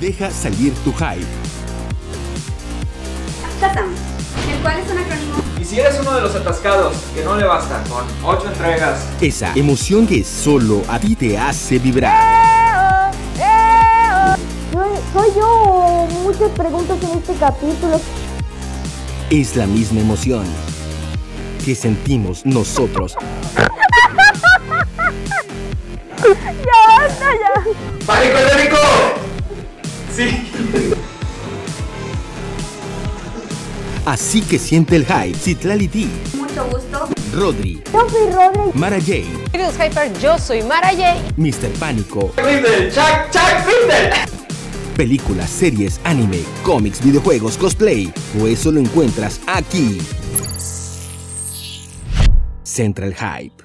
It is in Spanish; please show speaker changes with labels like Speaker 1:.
Speaker 1: Deja salir tu hype.
Speaker 2: Shazam, el cual es un acrónimo
Speaker 3: Y si eres uno de los atascados que no le basta con 8 entregas,
Speaker 1: Esa emoción que solo a ti te hace vibrar.
Speaker 4: Soy, soy yo. Muchas preguntas en este capítulo.
Speaker 1: Es la misma emoción que sentimos nosotros
Speaker 4: Ya
Speaker 5: ¡Ah,
Speaker 4: basta, ya.
Speaker 3: ¡Pánico helénico! Sí.
Speaker 1: Así que siente el hype. Citlali T,
Speaker 2: mucho gusto.
Speaker 1: Rodri,
Speaker 4: Yo soy Rodri.
Speaker 1: Mara J,
Speaker 5: Queridos Hyper, yo soy Mara J.
Speaker 1: Mr. Pánico,
Speaker 3: ¡Rindel! ¡Chac, chac, Rindel!
Speaker 1: películas, series, anime, cómics, videojuegos, cosplay. O eso lo encuentras aquí. Central Hype.